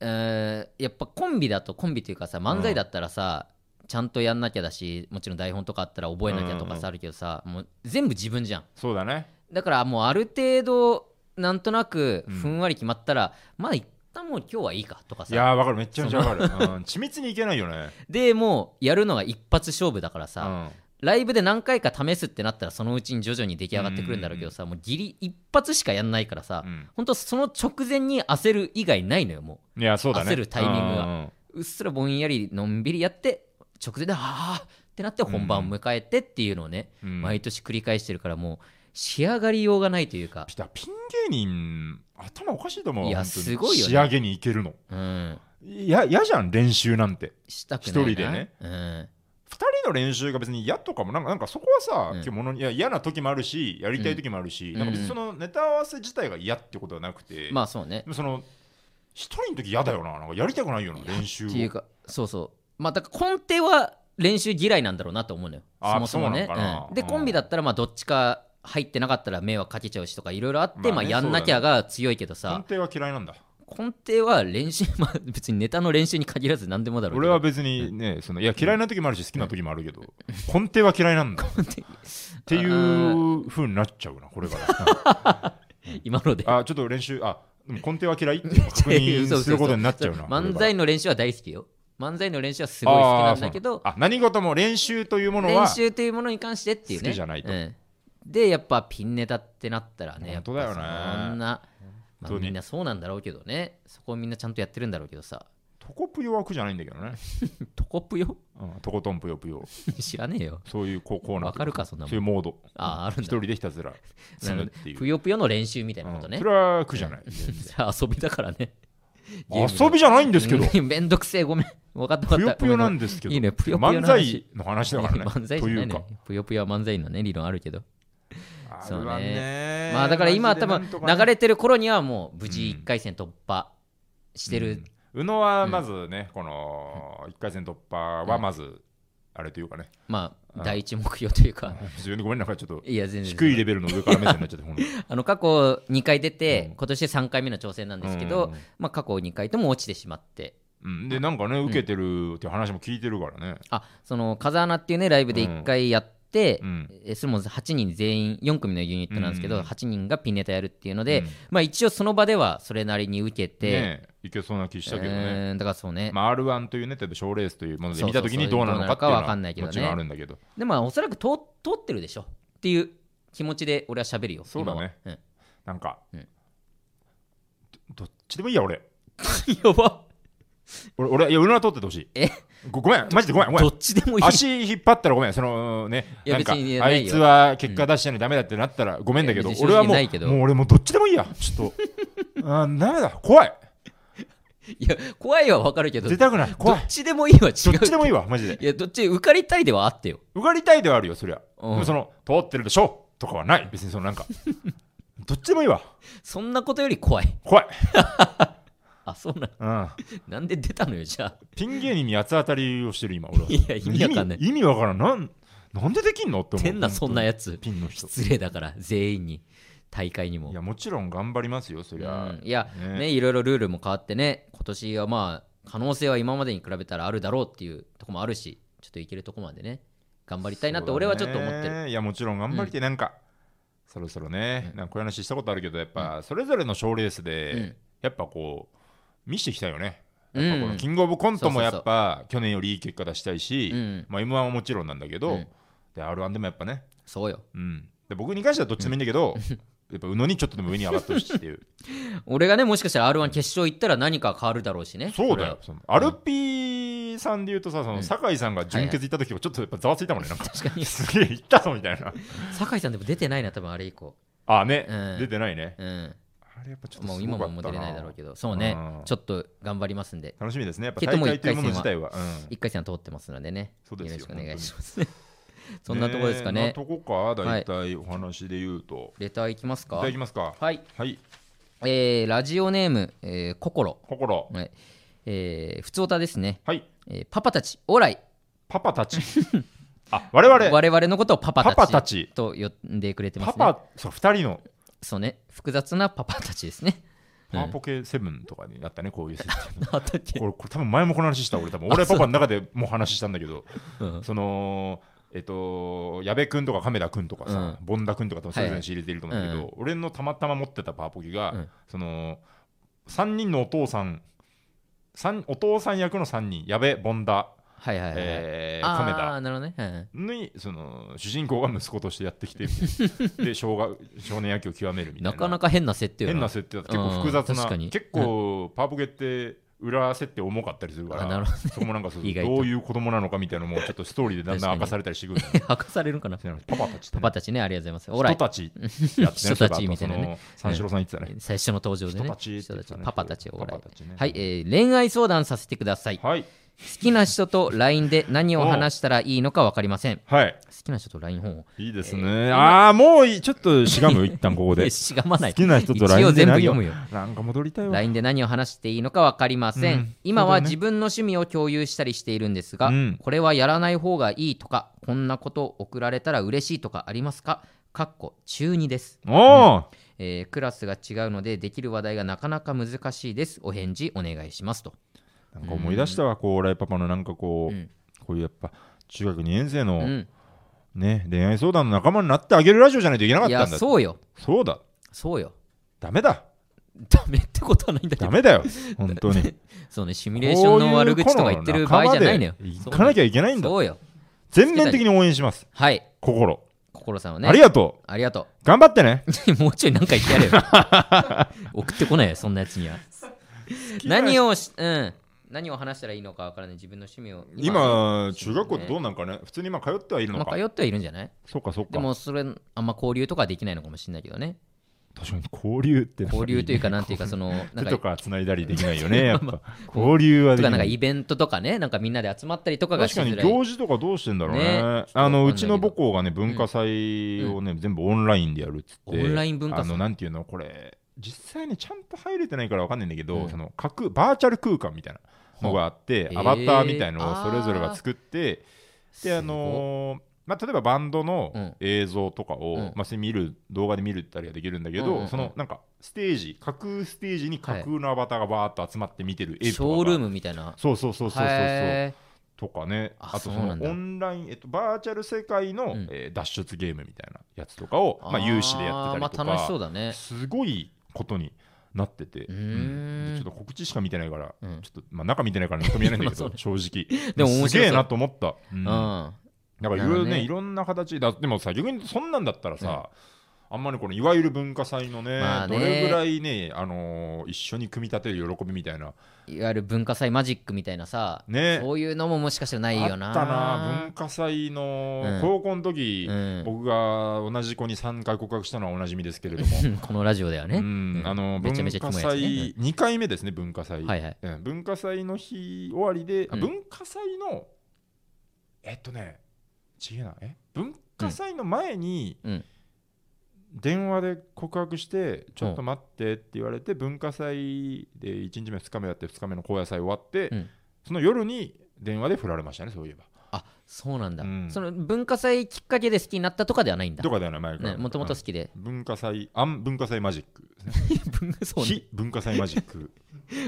A: うーんやっぱコンビだとコンビというかさ漫才だったらさ、ちゃんとやんなきゃだしもちろん台本とかあったら覚えなきゃとか
B: うんうん
A: さあるけどさ、もう全部自分じゃん
B: そうだね
A: だからもうある程度なんとなく
B: うん
A: ふんわり決まったら、まあ一旦もう今日はいいかとか
B: い
A: さ
B: やーわかるめっちゃめちゃわかる、うん緻密にいけないよね、
A: でもうやるのが一発勝負だから
B: う
A: さ、
B: ん、
A: ライブで何回か試すってなったらそのうちに徐々に出来上がってくるんだろうけどさ、もうギリ一発しかやんないからさ、
B: うん
A: ほんとその直前に焦る以外ないのよもう
B: いやそうだね
A: 焦るタイミングが
B: うんうんうん
A: うっすらぼんやりのんびりやって直前で「ああ」ってなって本番を迎えてっていうのをね、
B: うん
A: 毎年繰り返してるからもう仕上がりようがないというか、
B: ピタピン芸人頭おかしいと思う
A: いや
B: 本当に
A: すごいよね
B: 仕上げにいけるの
A: うん、
B: いや嫌じゃん練習なんて
A: したくないな
B: 一人でね、
A: うん、
B: 2人の練習が別に嫌とかもなんかなんかそこはさ、
A: うん
B: 結構ものにいや嫌な時もあるしやりたい時もあるし、
A: うん
B: なんか別にそのネタ合わせ自体が嫌ってことはなくて、
A: まあそうね
B: でもその一人の時嫌だよななんかやりたくないよな練習を
A: っていうかそうそうまあだから根底は練習嫌いなんだろうなと思うのよ
B: あー
A: そもそもね
B: そうなのかな
A: うんで
B: うん
A: コンビだったらまあどっちか入ってなかったら迷惑かけちゃうしとかいろいろあって、
B: まあね
A: まあやんなきゃが強いけど
B: 判
A: さ、
B: 定は嫌いなんだ
A: 根底は練習、まあ、別にネタの練習に限らず何でもだろうけ
B: 俺
A: ど
B: は別にねそのいや嫌いな時もあるし好きな時もあるけど 根底は嫌いなんだっていう風になっちゃうなこれ から
A: 今ので
B: あちょっと練習あでも根底は嫌いって いうのを確認することになっちゃうな
A: 漫才の練習は大好きよ漫才の練習はす
B: す
A: ごい好きなんだけど
B: あ何事も練習というものは
A: 練習というものに関してっていうね
B: 好きじゃないと
A: うんでやっぱピンネタってなったらねやっぱ
B: 本当だよね
A: そんな、まあ、
B: 本当に
A: みんなそうなんだろうけどねそこをみんなちゃんとやってるんだろうけどさ
B: トコプヨは苦じゃないんだけどね、
A: トコプよ
B: うん、トコトンぷよぷよ
A: 知らねえよ
B: そういうこうコーナー
A: わかるかそんなもん
B: そういうモード
A: ああるんだ
B: 一人でひた すらするっていう
A: ぷよぷよの練習みたいなこと
B: うん
A: ね
B: そ、れは苦じ ゃない
A: 遊びだからねゲームの
B: 遊びじゃない んですけど
A: めんどくせえごめん分かった
B: ぷ
A: 分か
B: よ
A: った
B: ぷよな
A: ごめ
B: んですけど
A: いいねぷよぷよ
B: 漫
A: の
B: 才
A: 話
B: の話だ
A: ご
B: か
A: めん
B: らね
A: 漫才じ
B: と
A: ゃ
B: い
A: ないう
B: か
A: ねぷよぷよは漫才のね理論あるけど
B: あ
A: そうね
B: るわね
A: まあだから今多分流れ
B: て
A: てる頃にはもう無事1回戦突破してる、
B: 宇野はまずねこの1回戦突破はまずあれというかね
A: ま
B: う
A: あ
B: ん
A: 第一目標というか、
B: 自分でごめんなんかちょっと
A: いや全然
B: 低いレベルの上から目線になっちゃってほんと
A: あの過去2回出て、
B: うん
A: 今年で3回目の挑戦なんですけど、まあ、過去2回とも落ちてしまって
B: うんでなんかね受けてるっていう話も聞いてるからね
A: あその風穴っていうねライブで1回やって、
B: うん
A: えそれも8人全員4組のユニットなんですけど、
B: うん
A: 8人がピンネタやるっていうので、
B: うん
A: まあ一応その場ではそれなりに受けて、
B: ねえいけそうな気したけどね
A: うーんだからそうね、
B: まあ、R1 というね、例えば賞レースというもので
A: そう
B: 見
A: そう
B: た
A: そう
B: ときにどうなのかって
A: どうなのか
B: いうの
A: わか
B: は
A: んないけどね
B: もちろんあるんだけど、
A: でもまあおそらく通通ってるでしょっていう気持ちで俺は喋るよ
B: そうだね
A: 今は
B: なんか、
A: うん
B: どどっちでもいいや、俺。
A: うん やば
B: 俺、俺いや、俺は取っててほしい。
A: え
B: ごごめん、マジでごめん、ごめ
A: ど
B: ん。
A: っちでもいい
B: 足引っ張ったらごめん、そのね、
A: いや
B: なんか、
A: 別に
B: あ
A: ない
B: い
A: よ
B: つは結果出してないダメだってなったらごめんだけど、
A: いや別に
B: 俺はも
A: ないけ
B: う、
A: ど
B: もう俺もうどっちでもいいや、ちょっと。あーダメだ、怖い。
A: いや怖いはわかるけど
B: 出たくない、
A: ど
B: 怖い
A: っ。ちでもいいは違
B: ど
A: う
B: っちでもいいわ、マジで。
A: いやどっち受かりたいではあってよ
B: 受かりたいではあるよ、そりゃ。
A: うん
B: でもその、通ってるでしょとかはない。別にそのなんか、 どっちでもいいわ、
A: そんなことより怖い
B: 怖い。
A: あそうなん
B: うん。
A: なんで出たのよじゃあ
B: ピン芸人に八つ当たりをしてる今俺は。
A: いや意味わかんない
B: 意味意味わからん。なんなんでできんのって思う。
A: 出んなそんなやつ
B: ピンの人。い
A: 失礼だから全員に大会にも
B: やもちろん頑張りますよそりゃ。
A: うんいや
B: ね
A: ねいろいろルールも変わってね今年はまあ可能性は今までに比べたらあるだろうっていうとこもあるしちょっといけるとこまでね頑張りたいなって俺はちょっと思ってる、
B: そうだねいやもちろん頑張りてなんか、そろそろね、なんかこういう話したことあるけどやっぱそれぞれの賞レースで、
A: うん
B: やっぱこう見していきたいよね。
A: うん
B: やっぱこのキングオブコント
A: そ
B: も
A: う
B: や
A: そう
B: っぱ去年よりいい結果出したいし、
A: うん
B: まあ M1 はもちろんなんだけど、
A: うん
B: で R1 でもやっぱね、
A: そうよ
B: うん、で僕に関してはどっちでもいいんだけど、 やっぱ宇野にちょっとでも上に上がってほしいっ ていう。
A: 俺がねもしかしたら r 1決勝行ったら何か変わるだろうしね
B: そうだよ。そのアルピーさんで言うとさ、その酒井さんが準決行った時はちょっとやっぱざわついたもんね。なんか
A: 確かに
B: すげえ行ったぞみたいな。
A: 酒井さんでも出てないな多分あれ以降
B: あね、
A: うん
B: 出てないね。
A: うん
B: あれやっぱちょっと
A: もう
B: すご
A: 今
B: か
A: も
B: っ
A: もう
B: た
A: 出れ
B: な
A: ないだろうけどそうね
B: うん
A: ちょっと頑張りますんで
B: 楽しみですね。やっぱ
A: けど
B: 大
A: も
B: 会というもの
A: 一
B: 自
A: 回
B: 体は。うん
A: 1回戦は通ってますのでね
B: そうですよ
A: よろしくお願いしますね そんなとこですか
B: え
A: ね
B: そんなとこか、大体お話で言うと。
A: レターいきます
B: いた
A: か
B: だきますか。
A: はい、
B: はい。
A: えーラジオネーム、えー、心
B: 心。
A: はいえー、普通歌ですね、
B: はい。
A: えーパパたちオーライ
B: パパたち。あ、我々。
A: 我々のことをパパたち
B: パパたち
A: と呼んでくれてます
B: パ
A: ね
B: パ、そう、二人の
A: そうね複雑なパパたちですね
B: パワポケセブンとかになったね、こういう設定。
A: あったっけ
B: これこれ多分前もこの話した俺多分俺パパの中でもう話したんだけど
A: うん
B: そのえっと矢部君とか亀田君とかさ、
A: う
B: ボンダ君とか多分それぞれ仕入れてると思うんだけど、
A: は
B: 俺のたまたま持ってたパワポキが、
A: うん
B: その3人のお父さん三お父さん役の3人矢部ボンダ、
A: はいはいはい、
B: えー
A: あ
B: 亀
A: ー
B: 田
A: なるほどね、はいはい
B: にその主人公が息子としてやって きてで少学少年野球を極めるみたい
A: な
B: な
A: かなか変な設定よ
B: 変な設定だった結構複雑
A: うん確
B: な、
A: かに
B: 結構パワポケって裏設定重かったりするから
A: あなるほ
B: そこもなんかそう
A: 意外と
B: どういう子供なのかみたいなのもちょっとストーリーでだんだん明かされたりしてくるんだよね
A: 明かされるかな
B: そういうのパパたちって
A: パ
B: ね、
A: パたちねありがとうございますオーラ
B: 人
A: イ
B: たちやって ね
A: 人たちみたいなね
B: そうだあとその三四郎さん言ってたね、
A: 最初の登場でね
B: 人たちって言ってたね
A: パパたちオーラ
B: パ
A: イ
B: パたちね
A: はい、えー恋愛相談させてください好
B: はい
A: きな人と LINE で何を話したらいいのか分かりません好
B: はい
A: きな人と LINE 本を
B: いいですね、ああもういいちょっとしがむ一旦ここ
A: い や
B: で
A: しがまない
B: 好きな人と LINE
A: 一応
B: で
A: 全部
B: 何
A: 読
B: を
A: むよ
B: なんか戻りたいわ
A: LINE で何を話していいのか分かりません、
B: うん
A: 今
B: そうだ
A: は
B: ね
A: 自分の趣味を共有したりしているんですが、
B: うん
A: これはやらない方がいいとかこんなこと送られたら嬉しいとかありますかかっこ中2です、
B: おお、
A: えークラスが違うのでできる話題がなかなか難しいですお返事お願いしますと、
B: なんか思い出したわ、こう、ライパパのなんかこう、
A: うん
B: こういうやっぱ、中学2年生
A: う
B: の、
A: ん、
B: ね、恋愛相談の仲間になってあげるラジオじゃないといけなかっ
A: い
B: た
A: や
B: んだ。
A: そうよ
B: そうだ、
A: そうよ
B: ダメだ、
A: ダメってことはないんだけ
B: ダ
A: ど
B: メ だよ、本当に。
A: そうねシミュレーションの悪口とか言ってる場合じゃないのよ
B: この仲間で行かなきゃいけないんだ。
A: そうよ
B: 全面的に応援します、
A: はい
B: 心。
A: 心さんはね
B: ありがと
A: ありがと
B: う。頑張ってね。
A: う もうちょい何か言って やれよ送ってこないよそんなやつには何
B: を
A: をし、うん、何を話したらいいのかわからない自分の趣味を
B: 今、中学校ってどうなんかね、普通に今通ってはいるの
A: ま
B: か
A: あ、。通ってはいるんじゃない
B: そうか、そう
A: で
B: か。
A: もそれあんま交流とかできないのかもしれないけどね
B: 確かに交流ってなんね
A: 交流というかなんていうかそのな
B: 手
A: ん
B: と
A: か
B: か繋いだりできないよ ね、やっぱ。
A: こう
B: 交流は
A: とか
B: でき
A: なん
B: な
A: か
B: い
A: イ。ベントとかねなんかみんなで集まったりとかがし
B: 確かに
A: づらい
B: 行事とかどうしてんだろうね
A: ね
B: あの
A: ちょ
B: う
A: っと
B: ち
A: わかんないけど
B: の母校がね文化祭をね、全部オンラインでやるっつって
A: オンライン文化祭
B: あのなんていうのこれ実際にちゃんと入れてないからわかんないんだけど、
A: うん
B: その各バーチャル空間みたいなのがあって、
A: ほう
B: アバター
A: へー
B: みたいのをそれぞれが作って、であのーまあ、例えばバンド
A: う
B: の
A: ん
B: 映像とかを、
A: うん
B: まあ、それ見る動画で見るったりはできるんだけど、
A: うんうんうん
B: そのなんかステージ架空ステージに架空のアバターがバーッと集まって見てる
A: シ
B: 絵とかが
A: ョールームみたいな
B: そうそうそうそうそうそう
A: へ
B: とかねあ
A: あ
B: とそ
A: そう
B: の
A: なんだ
B: オンライン、えっと、バーチャル世界の、
A: うん
B: えー脱出ゲームみたいなやつとかを
A: ー
B: まあ、有志でやってたりとか、
A: あーまあ、楽しそうだね
B: すごいことになってて、
A: うーん
B: でちょっと告知しか見てないから、
A: うん
B: ちょっと、まあ、中見てないから認めないんだ け
A: まあそ
B: ど
A: うね
B: 正直
A: でも面白そう
B: すげえなと思った、うん
A: うん、あ
B: だからいろい
A: なるほ
B: ろ
A: ど
B: ね
A: ね
B: いろんな形だでもさ逆にそんなんだったらさ、あんまりこのいわゆる文化祭のね,、
A: まあね
B: どれぐらいね、あのー一緒に組み立てる喜びみたいない
A: わゆる文化祭マジックみたいなさ、
B: ね
A: そういうのももしかしたらないよな
B: あったな文化祭の、
A: うん
B: 高校の時、
A: うん
B: 僕が同じ子に3回告白したのはおなじみですけれども、
A: このラジオではね、
B: うんあ
A: め
B: の文
A: ちゃめちゃ
B: 化
A: キモいやつね
B: 祭、2回目ですね文化祭、
A: はいはい
B: うん文化祭の日終わりで、
A: う
B: あ
A: ん
B: 文化祭のえっとね違うなえ文化祭の前に、
A: うん
B: 電話で告白して、ちょっと待ってって言われて、文化祭で1日目、2日目やって、2日目の高野祭終わって、
A: うん
B: その夜に電話で振られましたね、そういえば。
A: あそうなんだ、
B: うん
A: その文化祭きっかけで好きになったとかではないんだ
B: とかではない前から、
A: ねもともと好きで
B: うん文化祭あん文化祭マジックですね
A: 文化そうね
B: 非文化祭マジック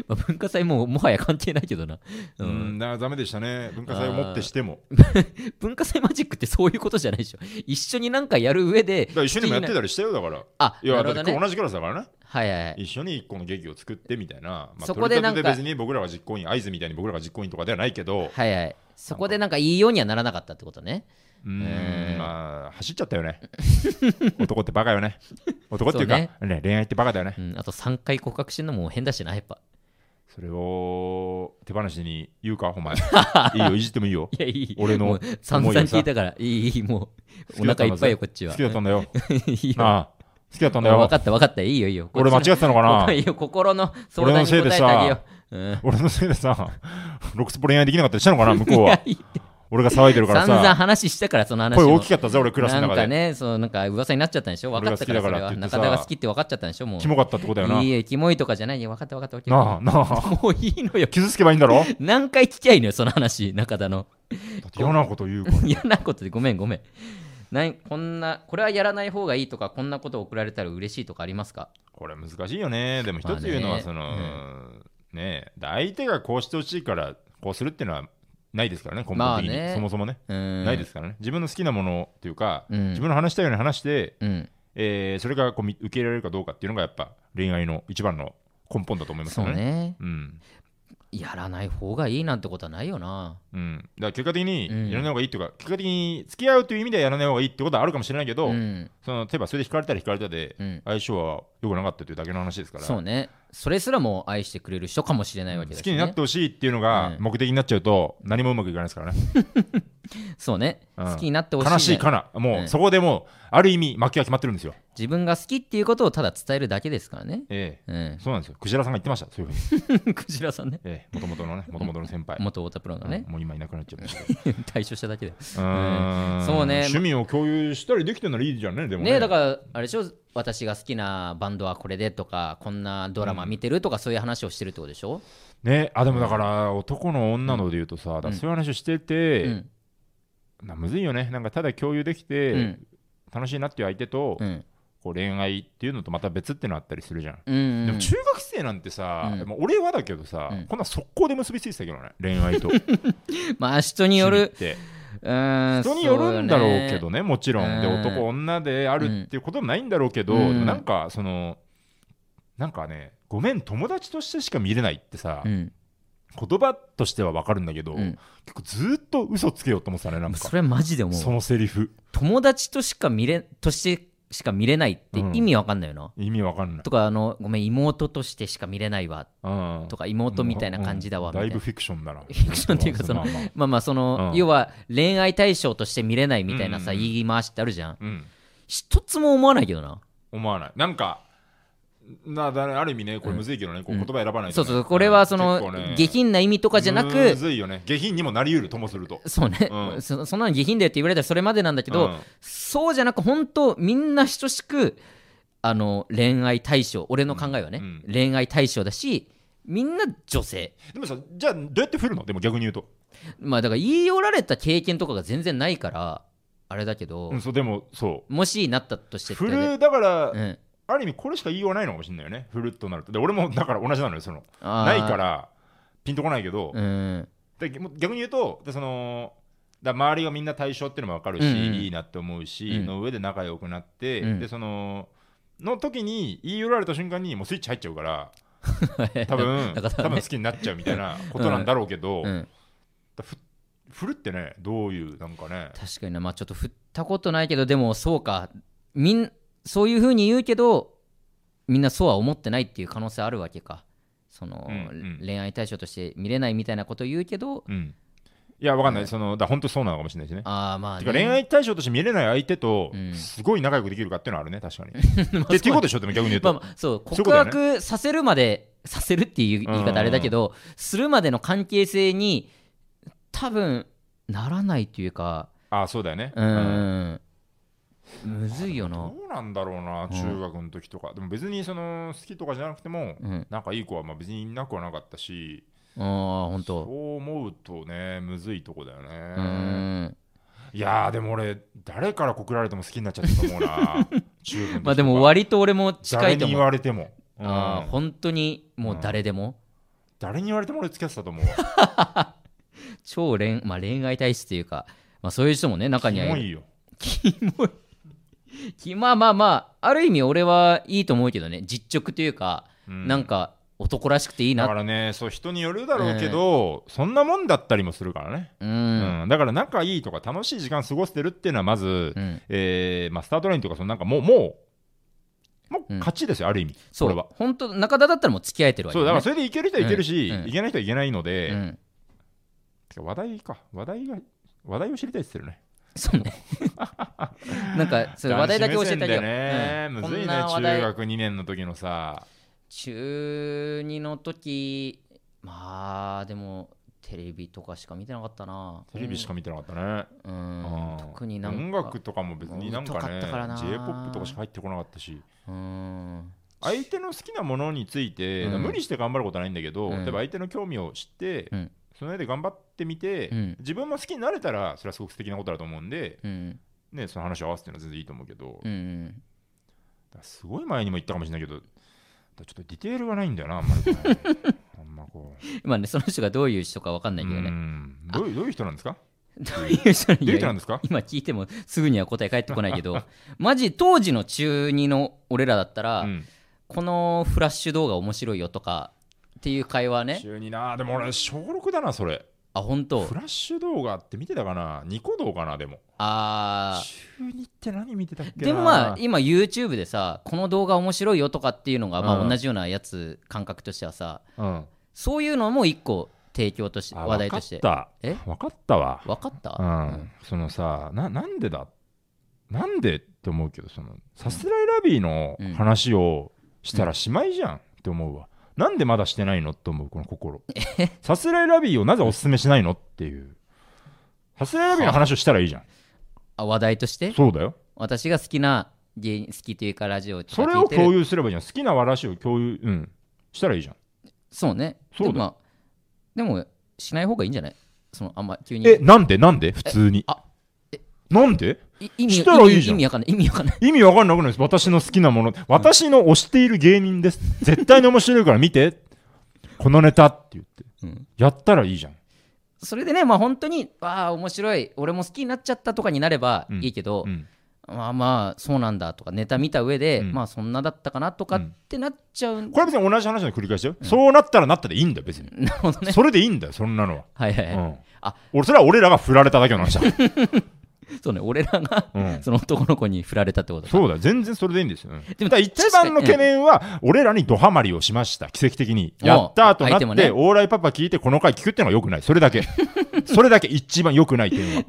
A: ま あ文化祭ももはや関係ないけどな、
B: う
A: うんん、
B: だからダメでしたね文化祭をもってしても
A: 文化祭マジックってそういうことじゃないでしょ一緒になんかやる上で
B: だから一緒にもやって
A: た
B: たりしたよだから
A: あ
B: いや
A: な
B: だ
A: るほ
B: って
A: ど
B: こ
A: ね
B: う同じクラスだからね
A: はいはいはい
B: 一緒に一個の劇を作ってみたいな、まあ、
A: そこでなんか
B: 取り立てて別に僕らは実行委員合図みたいに僕らが実行委員とかではないけど
A: はいはいそこでなんかいいようにはならなかったってことね
B: うーん
A: えー
B: まあ走っちゃったよね 男ってバカよね男っていうか
A: そう
B: ね恋愛ってバカだよね
A: うん、あと3回告白してんのも変だしな、やっぱ。
B: それを手放しに言うか お前いいよいじってもいいよ
A: いや、いい。
B: 俺の
A: もう散々聞いたから、いい、いい、もう。お腹いっぱいよ、こっち
B: 好
A: は。
B: きだったんだよ
A: いいよ
B: なあ好きだったんだ
A: もう
B: よ
A: 分かった、分かった。いいよ、いいよ。
B: 俺間違ってたのかな
A: こっちのいいよ、心の相談に答えてあげよう。うん。
B: 俺のせいでさ、ロックスポ恋愛できなかったりしたのかな、向こう は。
A: いやいい
B: 俺が騒いでるから
A: 散々
B: さ、
A: 話したから、その話
B: 声
A: も。
B: 大きかったぜ、俺クラスの
A: なん
B: 中
A: か
B: で。
A: ね、そうなんか噂になっちゃったんでしょ分かったから、そ
B: 俺
A: れ
B: が好
A: は。
B: きだからって言ってさ
A: 中田が好きって分かっちゃったんでしょもう。
B: キモかったってことだよな。
A: いいえ、キモいとかじゃないよ。分かった、分かった。分
B: な
A: か
B: あ、
A: っ
B: な
A: た
B: あ。
A: もういいのよ。
B: 傷つけばいいんだろだ
A: 何回聞きゃいいのよ、その話、中田の。
B: って嫌なこと言うから。
A: 嫌なことでごめんごめんないこんなこれはやらない方がいいとかこんなこと送られたら嬉しいとかありますか
B: これ難しいよね。でも一つ言うのは、そ
A: まあね
B: の、ねえ、相手がこうしてほしいから、こうするっていうのはないですからね、根
A: まあ
B: 本的に。
A: ね
B: そもそもね。
A: うーん
B: ないですからね。自分の好きなものっていうか、
A: うん
B: 自分の話したいように話して、
A: うん
B: えーそれがこうみ受け入れられるかどうかっていうのが、やっぱ恋愛の一番の根本だと思います
A: そ
B: よ
A: う
B: ね。
A: ね
B: うん。
A: やらない方がいいなんてことはないよな
B: うん、だから結果的に
A: うん
B: やらない方がいいというか、結果的に付き合うという意味ではやらない方がいいってことはあるかもしれないけど、
A: ん
B: その例えばそれで惹かれたら惹かれたで、
A: うん
B: 相性は良くなかったというだけの話ですから、
A: そうねそれすらも愛してくれる人かもしれないわけ
B: 好
A: だし、ね、
B: きになってほしいっていうのが
A: うん
B: 目的になっちゃうと、何もうまくいかないですからね。
A: そうね、
B: うん
A: 好きになってほしい
B: 悲しいか
A: な
B: な、も
A: う
B: うんそこでもう、ある意味、負けは決まってるんですよ。
A: 自分が好きっていうことをただ伝えるだけですからね
B: ええ
A: うん
B: そうなんですよ。クジラさんが言ってました、そういうふうに。
A: クジラさんね
B: ええ、もとも とのね、もともとの先輩。
A: 元太田プロのね、
B: うんもう今いなくな っちゃいましたけど。
A: 退所しただけで
B: うーん
A: そうね
B: 趣味を共有したりできてるならいいじゃんね、でもね。
A: ねだからあれでしょ私が好きなバンドはこれでとかこんなドラマ見てるとかそういう話をしてるってことでしょ、
B: ね、あでもだから男の女ので言うとさ、だからそういう話をしてて、
A: うん
B: なむずいよねなんかただ共有できて、
A: うん
B: 楽しいなっていう相手と、
A: うん
B: こう恋愛っていうのとまた別っていうのあったりするじゃん、
A: うんうん
B: でも中学生なんてさ、
A: うん
B: まあ俺はだけどさ、
A: うん
B: こんなん速攻で結びついてたけどね恋 愛と
A: まあ人によ
B: 趣味っ
A: る
B: て
A: うん
B: 人によるんだろうけ
A: そ
B: どねもちろんで
A: うん
B: 男女であるっていうこともないんだろうけど、
A: うん
B: でもなんかそのなんかねごめん友達としてしか見れないってさ、
A: うね
B: 言葉としては分かるんだけど、
A: うんうん
B: 結構ずーっと嘘つけようと思ってたねなんか
A: それはマジで思
B: そうのセリフ
A: 友達としか見れとしてしか見れないって意味わかんないよな
B: 意味わかんない、
A: とかあのごめん妹としてしか見れないわ
B: うん、
A: とか妹みたいな感じだわ
B: う
A: みた
B: んだ
A: い
B: いぶ
A: な
B: フィクションだなフ
A: ィクションっていうかそのまあまあその
B: うん
A: 要は恋愛対象として見れないみたいなさ
B: うんうんうん
A: 言い回しってあるじゃん
B: うん、
A: 一つも思わないけどな
B: 思わないなんかなだある意味ねこれむずいけどね、こう言葉選ばない
A: そ
B: と
A: うそ
B: ね、
A: うこれはそ
B: 結構
A: の
B: ね
A: 下品な意味とかじゃな
B: む
A: く
B: ずいよね下品にもなりうるともすると
A: そうね
B: うん
A: そそんなの下品だよって言われたらそれまでなんだけ
B: う
A: ど
B: ん
A: そうじゃなく本当みんな等しくあの恋愛対象俺の考えはね
B: うん
A: 恋愛対象だしみんな女性
B: でもさじゃあどうやって振るのでも逆に言うと、
A: まあだから言い寄られた経験とかが全然ないからあれだけど
B: うん、そうでもそ
A: もしなったとし
B: う
A: て
B: 振
A: ってね
B: るだから、
A: うん
B: ある意味これしか言いようがないのかもしれないよね振るとなるとで俺もだから同じなのよその
A: あー
B: ないからピンとこないけど、
A: うん
B: でもう逆に言うとでそのだ周りがみんな対象っていうのも分かる
A: う
B: し、
A: んうん
B: いいなって思うし、
A: うん
B: の上で仲良くなって、
A: うん
B: でそのの時に言い寄られた瞬間にもうスイッチ入っちゃ うから
A: だ
B: 多分、
A: からね
B: 多分好きになっちゃうみたいなことなんだろうけど、
A: うん
B: だふ振るってねどういうなんかね
A: 確かになまあちょっと振ったことないけどでもそうかみんそういうふうに言うけどみんなそうは思ってないっていう可能性あるわけかその、
B: うんうん
A: 恋愛対象として見れないみたいなこと言うけど
B: うんいや分かんない、
A: うん
B: そのだ本当そうなのかもしれないしね
A: ああまあ、
B: て
A: ね、
B: か恋愛対象として見れない相手と
A: うん
B: すごい仲良くできるかっていうのはあるね確かに、
A: まあ
B: でってい
A: そ
B: うこ
A: う
B: とでしょでも逆に言う
A: ま
B: と、
A: あまあそう
B: そういうこ
A: 告
B: とだよね
A: 白させるまでさせるっていう言い方あれだけど、するまでの関係性に多分ならないというか
B: ああそうだよね、
A: うーんむずいよな
B: どうなんだろうな、
A: ん
B: 中学の時とか。でも別にその好きとかじゃなくても、
A: うん
B: なんかいい子はまあ別にいなくはなかったし、
A: ああ本
B: そ
A: 当
B: う思うとね、むずいとこだよ
A: う
B: ね。
A: ーん
B: いやー、でも俺、誰から告られても好きになっちゃったと思う な、中学の時とか
A: まあでも割と俺も近
B: 誰
A: いと
B: に
A: 思う
B: 言われても。うん
A: あー本当にもう誰でも、
B: 誰に言われても俺付き合ってたと思うわ。
A: 超恋,、まあ、恋愛体質というか、まあ、そういう人もね中に
B: も
A: は
B: う
A: いる
B: いいよ。
A: きまあまあまあある意味俺はいいと思うけどね実直というか、
B: う
A: なんか男らしくていい
B: だ
A: な
B: からね、そう人によるだろうけど、そんなもんだったりもするからね。
A: う
B: うんんだから仲いいとか楽しい時間過ごしてるっていうのはまず、
A: うん
B: えーまあ、スタートラインというかそのなんかもうもうも
A: う
B: う
A: ん
B: 勝ちですよ、ある意味
A: そ
B: これ
A: う
B: は
A: 本当中田だったらもう付き合えてるわけ
B: そうだからそれでいける人はいけるし、
A: うんうん
B: いけない人はいけないので、
A: うん、
B: てか話題か話題が話題を知りたいっすよね
A: そうね なんかそう話題だけ教えてあげよう、
B: 男子目線でね、
A: うん
B: む
A: こん
B: ずいね
A: な話
B: 中
A: 題
B: 学2年の時のさ
A: 中2の時まあでもテレビとかしか見てなかったな
B: テレビしか見てなかったね、
A: う
B: うん
A: ん特になんか
B: 音楽とかも別になんか
A: 疎か
B: ね
A: ったからな
B: j p o p とかしか入ってこなかったし
A: うん
B: 相手の好きなものについて、
A: うん
B: 無理して頑張ることはないんだけど、
A: うん
B: 例えば相手の興味を知って、
A: うん
B: その上で頑張ってみて、
A: うん
B: 自分も好きになれたらそれはすごく素敵なことだと思うんで、
A: うん
B: ね、その話を合わせてるのは全然いいと思うけど、
A: う
B: だ
A: ん
B: からすごい前にも言ったかもしれないけどだからちょっとディテールがないんだよなあん まりこうね、あんまこう
A: まあねその人がどういう人か分かんないけど
B: う
A: ね
B: んどういうどういう人なんですか
A: どういう人
B: どう
A: い
B: いう
A: や
B: 人なんですか
A: 今聞いてもすぐには答え返ってこないけど マジ当時の中2の俺らだったら、
B: うん
A: このフラッシュ動画面白いよとかっていう会話ね
B: 中二なでも俺小6だなそれ
A: あ本当
B: フラッシュ動画って見てたかなニコ動かなでも
A: あー
B: 中二って何見てたっけな
A: でもまあ今 YouTube でさこの動画面白いよとかっていうのがま
B: う
A: あ
B: ん
A: 同じようなやつ感覚としてはさ
B: うん
A: そういうのも一個提供として
B: あ
A: 話題として
B: 分かった
A: え
B: 分かったわ
A: 分かった
B: う
A: うんん
B: そのさななんでだなんでって思うけどそのさすらいラビーの話をしたらしまいじゃんって思うわ、なんでまだしてないのって思うこの心さすらいラビーをなぜおすすめしないのっていうさすらいラビーの話をしたらいいじゃん
A: あ話題として
B: そうだよ
A: 私が好きな芸人好きというかラジオとか
B: それ
A: 聞
B: を
A: いてる
B: 共有すればいいじゃん好きな話を共有うんしたらいいじゃん
A: そうね
B: そうだ
A: でも、まあ、でもしない方がいいんじゃないそのあんま急に
B: えなんでなんで普通に
A: あ
B: なんで
A: い意味
B: したらいいじゃん
A: 意味わかんない意味わかんない
B: 意味わかんなくないです私の好きなもの私の推している芸人です絶対に面白いから見てこのネタって言っ
A: う
B: て、
A: ん
B: やったらいいじゃん
A: それでねまあ本当にわあ面白い俺も好きになっちゃったとかになればいいけど、
B: うん
A: まあまあそうなんだとかネタ見た上で、
B: うん
A: まあそんなだったかなとかってなっちゃうん、
B: これ別に同じ話の繰り返しだよ、そうなったらなったでいいんだよ別に、
A: なるほどね
B: それでいいんだよそんなのは、
A: はいはい、
B: うん
A: あ
B: 俺それは俺らが振られただけの話だ、
A: そうね俺らが
B: うん
A: その男の子に振られたってことか
B: そうだよ全然それでいいんですよ、うん
A: でも
B: だから一番の懸念は俺らにドハマりをしました奇跡的に
A: おう
B: やったーとなっ
A: 相
B: て
A: 手もね
B: オーライパパ聞いてこの回聞くってのがよくないそれだけそれだけ一番よくない点は
A: で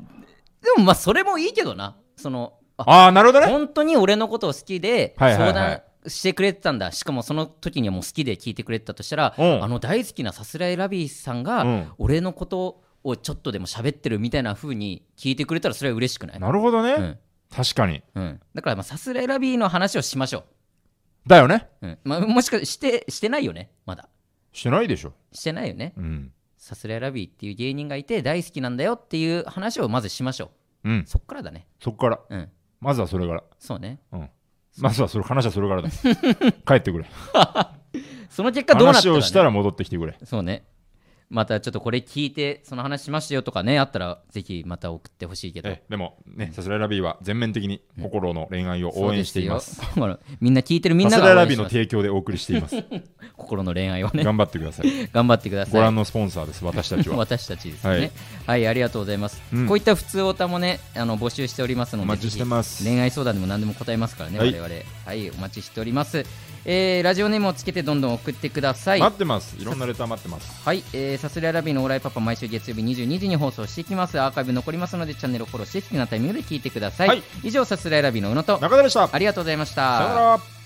A: もまあそれもいいけどなその あ
B: ああなるほどね
A: 本当に俺のことを好きで
B: はいはいは
A: 相
B: い
A: 談してくれてたんだしかもその時にはもう好きで聞いてくれてたとしたら
B: うん
A: あの大好きなさすらいラビーさん
B: う
A: が
B: ん
A: 俺のことをちょっとでも喋ってるみたいな風に聞いてくれたらそれは嬉しくない
B: なるほどね、
A: うん
B: 確かに
A: うん、だからまあさすらいラビーの話をしましょ
B: だよね
A: う、うんまあ、もしかしてしてないよねまだ
B: してないでしょ、
A: してないよね
B: うん
A: さすらいラビーっていう芸人がいて大好きなんだよっていう話をまずしましょ
B: うん
A: う、そっからだね
B: そっから
A: うん
B: まずはそれから、
A: そうね
B: うん、まずはそれ話はそれからだ帰ってくれ
A: その結果どうなった
B: 話
A: か、ね、
B: をしたら戻ってきてくれ
A: そうね。またちょっとこれ聞いて、その話しましたよとかね、あったら、ぜひまた送ってほしいけど。
B: ええでもねさすらいラビーは全面的に心の恋愛を応援しています
A: そうで よ。ほらみんな聞いてるみん
B: さ
A: な
B: す
A: が
B: らい
A: 応
B: ラ
A: 援し
B: ビーの
A: ます
B: 提供でお送りしています
A: 心の恋愛をね、
B: 頑張ってください
A: 頑張ってくだ
B: ご
A: さい
B: 覧。のスポンサーです私たちは
A: 私たちですね、
B: は
A: はいい。ありがとうございます。
B: うん
A: こういった普通オタもね、あの募集しておりますので、
B: お待ちしてます
A: ぜひ恋愛相談でも何でも答えますからね、
B: はい
A: 我々。はい、お待ちしております。えーラジオネームをつけてどんどん送ってください。
B: 待ってますいろんなレター待ってます
A: はい、えー、サスレラビーのオーライパパ毎週月曜日22時に放送していきますアーカイブ残りますのでチャンネルをフォローして好きなタイミングで聞いてください、
B: はい
A: 以上サスレラビーの宇野と
B: 中田でしたさ
A: ありがとうございました
B: よなら